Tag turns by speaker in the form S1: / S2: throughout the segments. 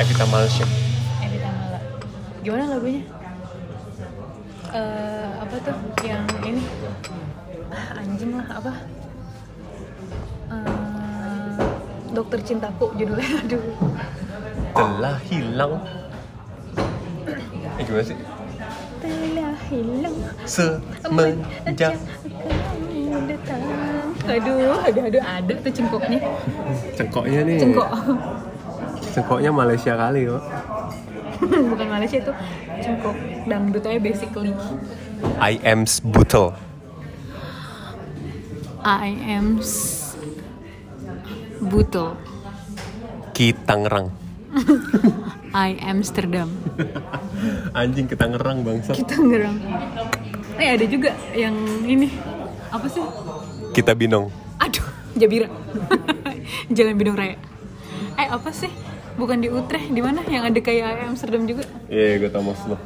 S1: Evita Malsya
S2: Evita Eh, Mala gimana lagunya Eh apa tuh yang ini ah, anjing lah apa Eh, dokter cintaku judulnya aduh
S1: telah hilang eh gimana sih
S2: telah hilang
S1: semenjak
S2: kamu datang aduh aduh aduh ada tuh cengkoknya
S1: cengkoknya nih
S2: cengkok
S1: cengkoknya Malaysia kali kok
S2: bukan Malaysia itu cengkok dangdut aja basically
S1: I am butel
S2: I am s- butuh
S1: ki Tangerang
S2: I Amsterdam
S1: anjing ke Tangerang bangsa
S2: kita ngerang eh ada juga yang ini apa sih
S1: kita binong
S2: aduh Jabira Jalan Bidong Raya eh apa sih bukan di Utrecht di mana yang ada kayak I Amsterdam juga
S1: iya gue tau maksud lo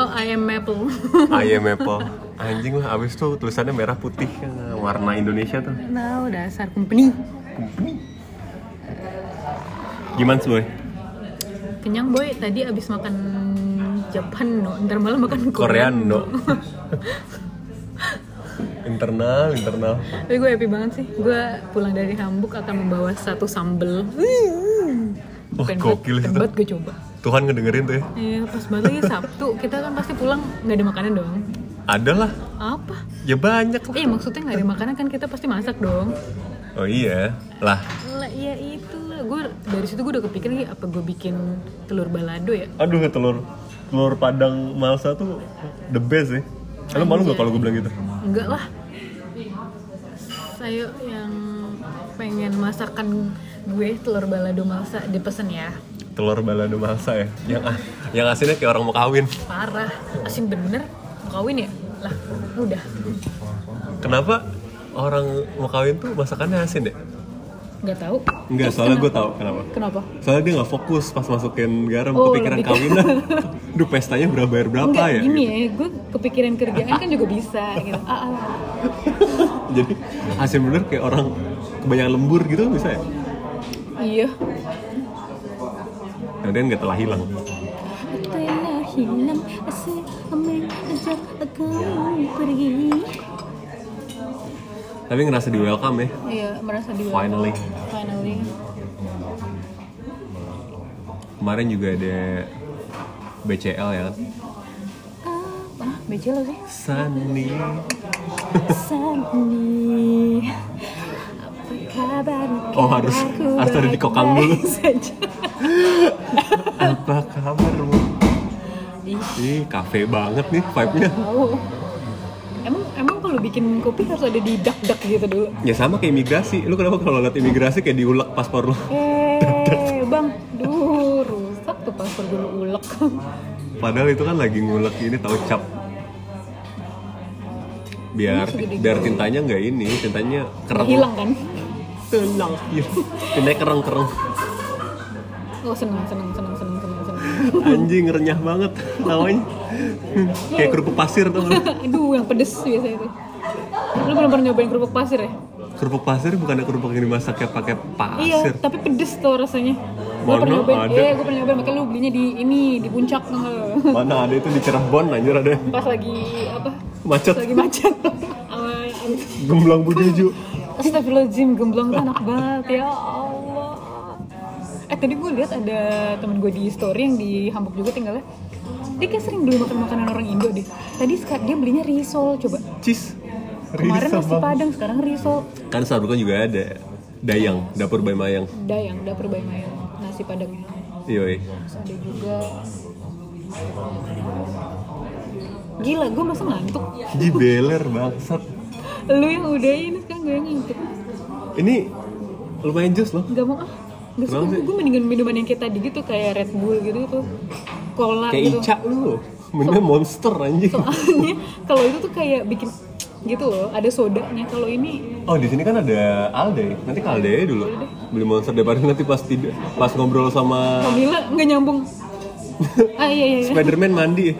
S2: oh I am Maple
S1: I am apple anjing lah abis tuh tulisannya merah putih kan, warna Indonesia tuh
S2: nah dasar company
S1: gimana sih boy
S2: kenyang boy tadi abis makan Japan no ntar malam makan Korean
S1: Korean no internal internal
S2: Tapi gue happy banget sih. Gue pulang dari Hamburg akan membawa satu sambel.
S1: Wah,
S2: Bukan
S1: Oh, gokil itu.
S2: buat gue coba.
S1: Tuhan ngedengerin tuh ya
S2: Iya, pas banget lagi Sabtu. Kita kan pasti pulang nggak ada makanan dong.
S1: ada lah
S2: Apa?
S1: ya banyak lah
S2: Eh, maksudnya nggak ada makanan kan kita pasti masak dong.
S1: oh iya lah
S2: Lah, ya itulah. Gue dari situ gue udah kepikiran "Ih, apa gue bikin telur balado ya?
S1: aduh telur telur padang malsa tuh the best sih lo malu gak kalau gue bilang gitu
S2: Enggak lah. Saya yang pengen masakan gue telur balado malsa dipesen ya.
S1: telur balado malsa ya yang yang asinnya kayak orang mau kawin
S2: Parah. Asin bener. Mau kawin ya? Lah, udah.
S1: kenapa orang mau kawin tuh masakannya asin ya? deh
S2: Nggak tahu.
S1: Enggak,
S2: Terus
S1: soalnya gue
S2: kenapa?
S1: tau kenapa
S2: Kenapa?
S1: Soalnya dia nggak fokus pas masukin garam
S2: Oh,
S1: kepikiran
S2: lebih ke-
S1: kawinan Duh pestanya berapa bayar berapa
S2: Enggak,
S1: ya
S2: gini
S1: gitu.
S2: ya, gue kepikiran kerjaan kan juga bisa gitu. Ah, ah, ah.
S1: Jadi asin bener kayak orang kebanyakan lembur gitu bisa ya
S2: iya.
S1: Nah dia nggak telah hilang
S2: Telah hilang semenjak kau pergi.
S1: Tapi ngerasa di welcome ya
S2: Iya, merasa di
S1: Finally
S2: Finally.
S1: Kemarin juga ada BCL ya kan
S2: Ah, ah, becel sih.
S1: Sunny
S2: Sunny. Apa kabar?
S1: Oh, harus-
S2: Kabarku
S1: harus ada di kokang dulu.
S2: baik-baik saja.
S1: Apa kabarmu?
S2: Ih,
S1: Ih, kafe banget nih vibe-nya
S2: tahu. Emang emang kalau bikin kopi harus ada di dak-dak gitu dulu.
S1: Ya sama kayak imigrasi Lu kenapa kalau liat imigrasi kayak diulek paspor lu
S2: Eh, bang, duh, rusak tuh paspor gue ulek.
S1: Padahal itu kan lagi ngulek ini tau cap biar
S2: Ini segede-gede.
S1: biar tintanya nggak ini tintanya kereng
S2: Hilang kan?
S1: tenang tintanya kereng kereng
S2: Oh seneng, seneng, seneng, seneng, seneng, seneng.
S1: anjing renyah banget namanya kayak kerupuk pasir tuh
S2: Aduh, yang pedes biasanya tuh. Lu belum pernah nyobain kerupuk pasir ya?
S1: kerupuk pasir bukan kerupuk yang dimasaknya pakai
S2: Iya,
S1: pasir
S2: tapi pedes tuh rasanya. Gue
S1: Mana
S2: pernah nyobain,
S1: ada.
S2: iya gue pernah nyobain, makanya lu belinya di ini, di puncak tau nggak lu?
S1: mana ada itu di Cirebon anjir ada
S2: Pas lagi, apa?
S1: macet
S2: Pas lagi macet. Sama-
S1: gemblong bujuju
S2: Astagfirullahaladzim, gemblong tuh anak banget, ya Allah. Eh tadi gue lihat ada temen gue di story yang di Hamburg juga tinggalnya. Dia kayak sering beli makan makanan orang Indo deh. Tadi seka- dia belinya risol coba.
S1: cis
S2: Kemarin
S1: Risau
S2: nasi
S1: banget.
S2: padang, sekarang risol.
S1: kan Sarbukan juga ada Dayang dapur Bay Mayang
S2: Dayang, dapur Bayi Mayang, nasi padangnya.
S1: yoi
S2: Terus ada juga Gila, gue masa ngantuk.
S1: jibeler bangsat
S2: Lu yang udah ini sekarang gue yang ngantuk.
S1: ini lumayan jus loh
S2: Gak mau ah. Gak suka
S1: Kenapa sih?
S2: gue, gue mendingan minuman yang kayak tadi gitu, kayak Red Bull gitu gitu. Cola gitu.
S1: kayak Ica lu Bener monster anjing
S2: soalnya kalau itu tuh kayak bikin gitu loh ada sodanya kalau ini
S1: oh di sini kan ada Alde nanti ke Alde aja dulu beli monster daripada nanti pas tidur pas ngobrol sama
S2: Kamila nggak nyambung ah iya iya, iya.
S1: Spiderman mandi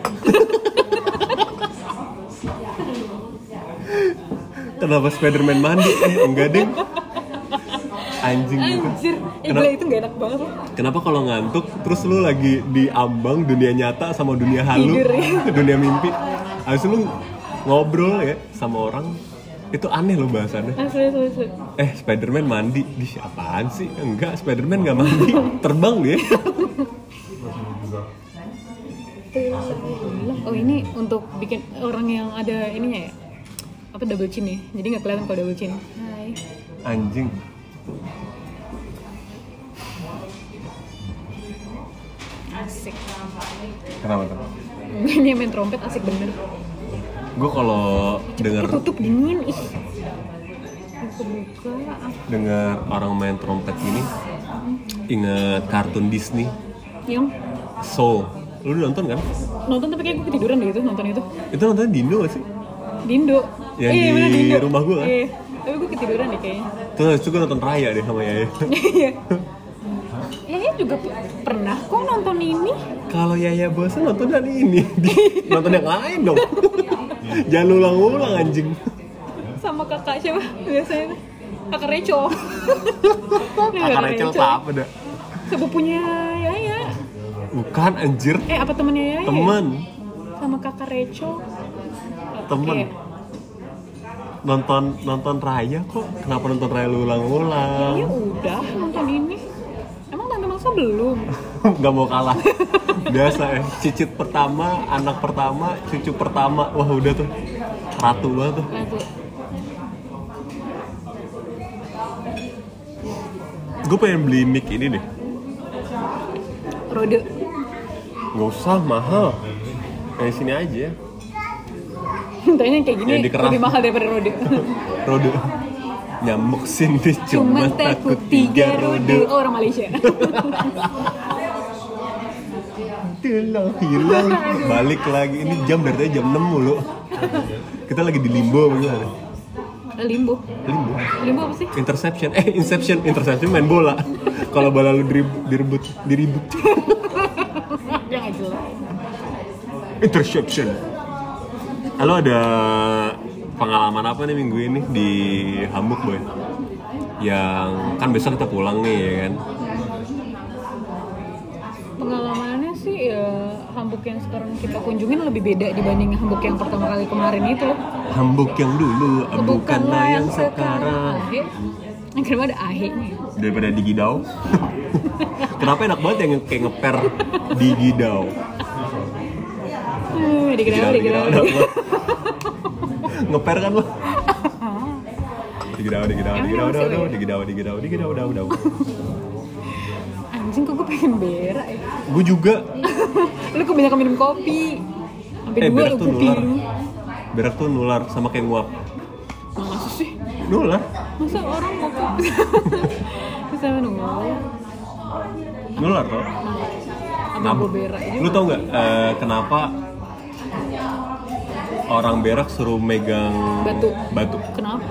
S1: kenapa Spiderman mandi eh enggak deh anjing gitu.
S2: Anjir, eh,
S1: Kenapa-
S2: gila itu gak enak banget loh.
S1: Kenapa kalau ngantuk terus lu lagi diambang dunia nyata sama dunia halu,
S2: Tidur, ya.
S1: dunia mimpi. Habis lu ngobrol ya sama orang itu aneh loh bahasannya.
S2: Asli, asli, asli.
S1: Eh, Spiderman mandi. Di siapaan sih? Enggak, Spiderman nggak mandi. Terbang dia.
S2: Oh ini untuk bikin orang yang ada ininya ya? Apa double chin ya? Jadi nggak kelihatan kalau double chin. Hai.
S1: Anjing.
S2: Asik.
S1: Kenapa tuh?
S2: ini yang main trompet asik bener.
S1: Gue kalau
S2: Eh,
S1: denger
S2: tutup dingin. Ih. Kebuka.
S1: dengar orang main trompet ini inget kartun Disney
S2: Yang
S1: Soul. Lu udah nonton kan?
S2: nonton tapi kayak gue ketiduran deh itu nonton itu.
S1: Itu nontonnya di Indo gak sih?
S2: Di Indo.
S1: Yang
S2: Iya,
S1: di
S2: bener, Indo.
S1: rumah gua, kan?
S2: Iya. Tapi gue ketiduran deh kayaknya.
S1: Terus habis itu gue nonton Raya deh sama Yaya
S2: Iya. Yaya Ya, juga p- pernah kok nonton ini.
S1: Kalau Yaya bosan nonton dan ini Nonton yang lain dong Jangan ulang-ulang anjing
S2: sama kakak siapa biasanya kakak Reco
S1: Kakak Rachel tak apa dah
S2: sepupunya Yaya
S1: Bukan anjir
S2: eh apa temennya Yaya
S1: Temen
S2: sama kakak Reco
S1: Temen
S2: Iya.
S1: Nonton nonton Raya kok Kenapa nonton Raya lu ulang-ulang
S2: ya udah nonton ini emang tante Mangsa belum
S1: Gak mau kalah Biasa ya Cicit pertama Anak pertama Cucu pertama Wah udah tuh Ratu banget tuh
S2: Lagu.
S1: Gue pengen beli mic ini deh
S2: Rode
S1: Gak usah mahal Kayak sini aja
S2: Tanya kayak gini
S1: Yang dikerah.
S2: lebih mahal daripada Rode
S1: Rodo Nyamuk sini cuma,
S2: Cuman
S1: takut tiga
S2: Rode
S1: rodo
S2: oh, orang Malaysia
S1: Hilang, hilang Balik lagi, ini jam dari tadi jam 6 mulu Kita lagi di limbo apa gimana?
S2: Limbo
S1: Limbo?
S2: Limbo apa sih?
S1: Interception, eh Inception Interception main bola Kalau bola lu dirib- direbut, diribut
S2: Dia Ya, nggak jelas
S1: Interception Halo ada pengalaman apa nih minggu ini di Hamburg Boy? Yang kan besok kita pulang nih ya kan
S2: Pengalamannya sih ya Hamburg yang sekarang kita kunjungin lebih beda dibanding Hamburg yang pertama kali kemarin itu.
S1: Hambuk yang dulu, eh, bukanlah yang sekarang
S2: Ahe. Yang kedua ada ahe
S1: daripada Digi Dao. Kenapa enak banget yang kayak ngeper Digi Dao?
S2: Hmm,
S1: Digi Dao,
S2: digerak,
S1: Digi Dao,
S2: digerak.
S1: enak banget. Ngeper kan lo? Digi Dao, Digi Dao, Digi Dao, Dao, Dao, Digi Dao, Digi Dao, Digi Dao, Dao, Dao.
S2: Anjing kok gue pengen berak ya.
S1: Gue juga.
S2: Lu kebanyakan minum kopi. Sampai
S1: Eh
S2: dua
S1: berak
S2: lu
S1: tuh
S2: kuping.
S1: nular. Berak tuh nular sama kayak nguap.
S2: Ah, Masa sih?
S1: Nular.
S2: Masa orang mau kopi? Bisa menunggu.
S1: Nular tuh.
S2: Apa
S1: Ngap.
S2: gue berak ya?
S1: Lu
S2: juga?
S1: tau nggak eh, kenapa orang berak suruh megang
S2: Batu.
S1: Batu.
S2: Kenapa?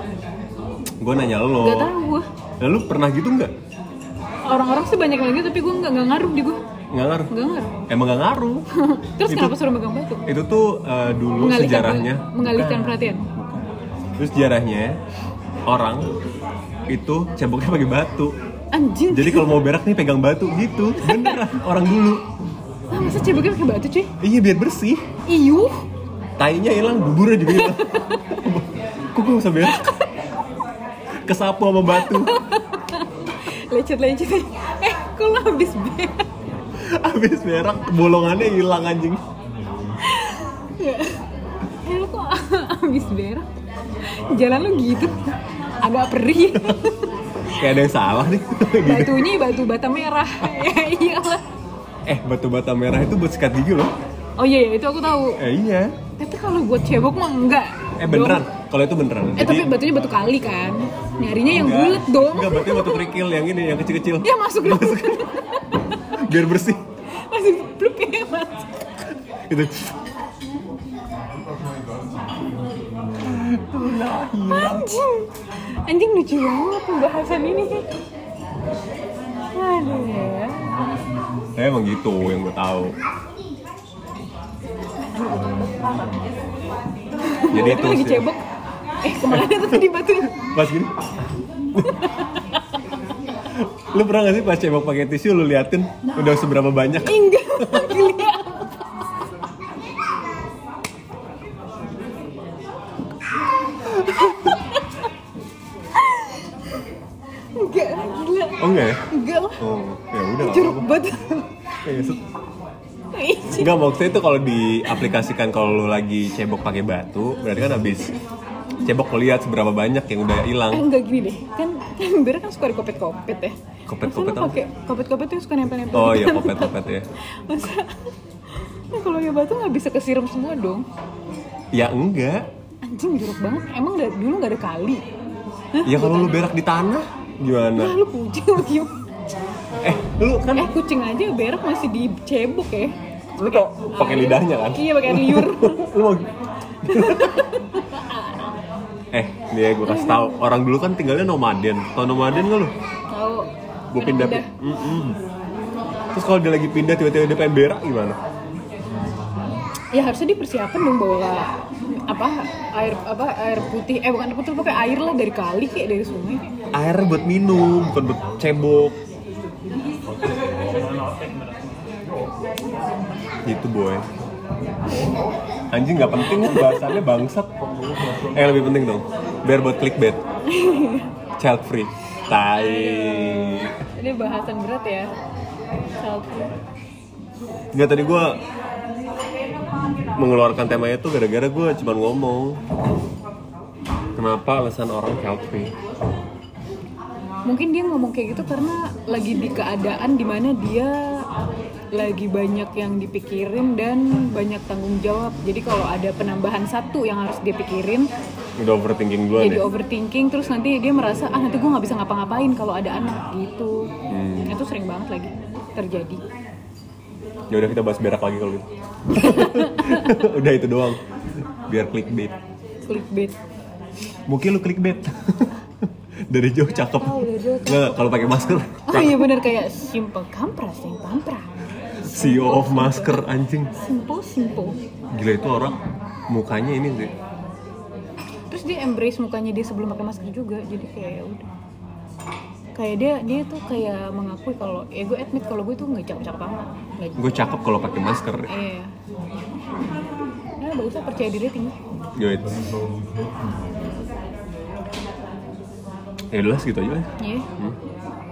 S1: Gue nanya lo.
S2: Gak tau gue.
S1: Lalu pernah gitu nggak?
S2: Orang-orang sih banyak lagi tapi gue nggak nggak ngaruh di gue.
S1: Nggak ngaruh.
S2: Nggak ngaruh.
S1: Emang nggak ngaruh.
S2: Terus
S1: Itu-
S2: kenapa suruh megang batu?
S1: Itu tuh eh, dulu sejarahnya.
S2: mengalihkan
S1: Bukan.
S2: perhatian.
S1: Terus sejarahnya orang itu ceboknya pakai batu.
S2: Anjing.
S1: Jadi kalau mau berak nih pegang batu gitu. Beneran orang dulu.
S2: Ah, masa ceboknya pakai batu, cuy?
S1: Iya biar bersih.
S2: Iyu.
S1: Tainya hilang, buburnya juga hilang. Kok gue bisa berak? Kesapu sama batu.
S2: Lecet-lecet. Eh, kok lo habis be?
S1: Habis berak bolongannya hilang anjing.
S2: Eh, lo kok habis berak? Jalan lo gitu. Agak perih.
S1: Kayak ada yang salah nih. gitu.
S2: Batunya batu bata merah. ya iyalah.
S1: Eh batu bata merah itu buat sikat gigi loh.
S2: Oh iya, iya, itu aku tahu.
S1: Eh iya.
S2: Tapi kalau buat cebok mah enggak.
S1: Eh beneran, kalau itu beneran.
S2: Dong. Eh, tapi batunya batu kali kan. Nyarinya yang
S1: Enggak.
S2: bulat dong.
S1: Enggak, berarti batu kerikil yang ini yang kecil-kecil.
S2: Ya masuk dulu.
S1: Biar bersih.
S2: Masuk plup ya, Mas.
S1: Gitu. Itulah hilang.
S2: Anjing. Anjing lucu banget pembahasan ini. Aduh ya.
S1: Eh, emang gitu yang gue tahu. Jadi ya?
S2: Tiba-tiba
S1: itu
S2: lagi
S1: sih.
S2: cebok. Eh kemana tuh tadi batunya?
S1: Pas gini. lu pernah gak sih pas cebok pakai tisu lu liatin udah seberapa banyak?
S2: Enggak, gila. Enggak, gila.
S1: Oh enggak ya?
S2: Enggak lah.
S1: Oh ya udah. nggak
S2: Jeruk
S1: apa-apa.
S2: banget.
S1: Ya, set- Enggak maksudnya itu kalau diaplikasikan kalau lu lagi cebok pakai batu berarti kan habis cebok lu lihat seberapa banyak yang udah hilang.
S2: Eh, enggak gini deh. Kan kan Bira kan suka dikopet-kopet ya.
S1: Kopet-kopet
S2: Masa lu
S1: apa?
S2: pakai kopet-kopet tuh yang suka nempel-nempel.
S1: Oh iya
S2: gitu.
S1: kopet-kopet ya.
S2: Masa Nah, kalau ya batu nggak bisa kesiram semua dong.
S1: Ya enggak.
S2: Anjing jeruk banget. Emang dari dulu nggak ada kali. Hah?
S1: Ya kalau lu berak di tanah
S2: Lah
S1: gimana?
S2: lu kucing lu gimana?
S1: Eh lu kan
S2: Eh kucing aja berak masih dicebok ya.
S1: lu tau pakai lidahnya kan?
S2: Iya pakai liur.
S1: lu mau eh nih ya gue kasih tahu orang dulu kan tinggalnya nomaden tau nomaden gak lu
S2: Tahu.
S1: gue pindah, Mm-mm. terus kalau dia lagi pindah tiba-tiba dia pengen berak gimana
S2: Ya harusnya dipersiapkan dong bawa apa air apa air putih eh bukan apa tuh pakai air lah dari kali kayak dari sungai.
S1: air buat minum bukan buat cebok gitu boy anjing nggak penting kan bahasannya bangsat eh lebih penting dong biar buat clickbait child free tai
S2: Ini bahasan berat ya. Satu.
S1: Nggak tadi gue mengeluarkan temanya itu gara-gara gue cuma ngomong kenapa alasan orang healthy
S2: Mungkin dia ngomong kayak gitu karena lagi di keadaan dimana dia lagi banyak yang dipikirin dan banyak tanggung jawab. Jadi kalau ada penambahan satu yang harus dia pikirin,
S1: udah overthinking duluan
S2: jadi
S1: ya
S2: overthinking terus nanti dia merasa ah nanti gue nggak bisa ngapa-ngapain kalau ada anak gitu
S1: Hmm.
S2: itu sering banget lagi terjadi
S1: ya udah kita bahas berak lagi kalau gitu udah itu doang biar clickbait
S2: clickbait
S1: mungkin lu clickbait dari jauh cakep
S2: Oh, dari jauh cakep.
S1: nggak kalau pakai masker
S2: oh iya bener kayak simple kampra simple kampra
S1: CEO E of masker anjing
S2: simple simple
S1: gila itu orang mukanya ini sih
S2: terus dia embrace mukanya dia sebelum pakai masker juga jadi kayak ya udah kayak dia dia tuh kayak mengakui kalau ya gue admit kalau gue tuh nggak cakep-cakep amat nggak
S1: gue cakep kalau pakai masker
S2: iya ya nggak usah percaya diri tinggi
S1: Good. Ya udah lah, segitu aja lah.
S2: Iya.
S1: Hmm.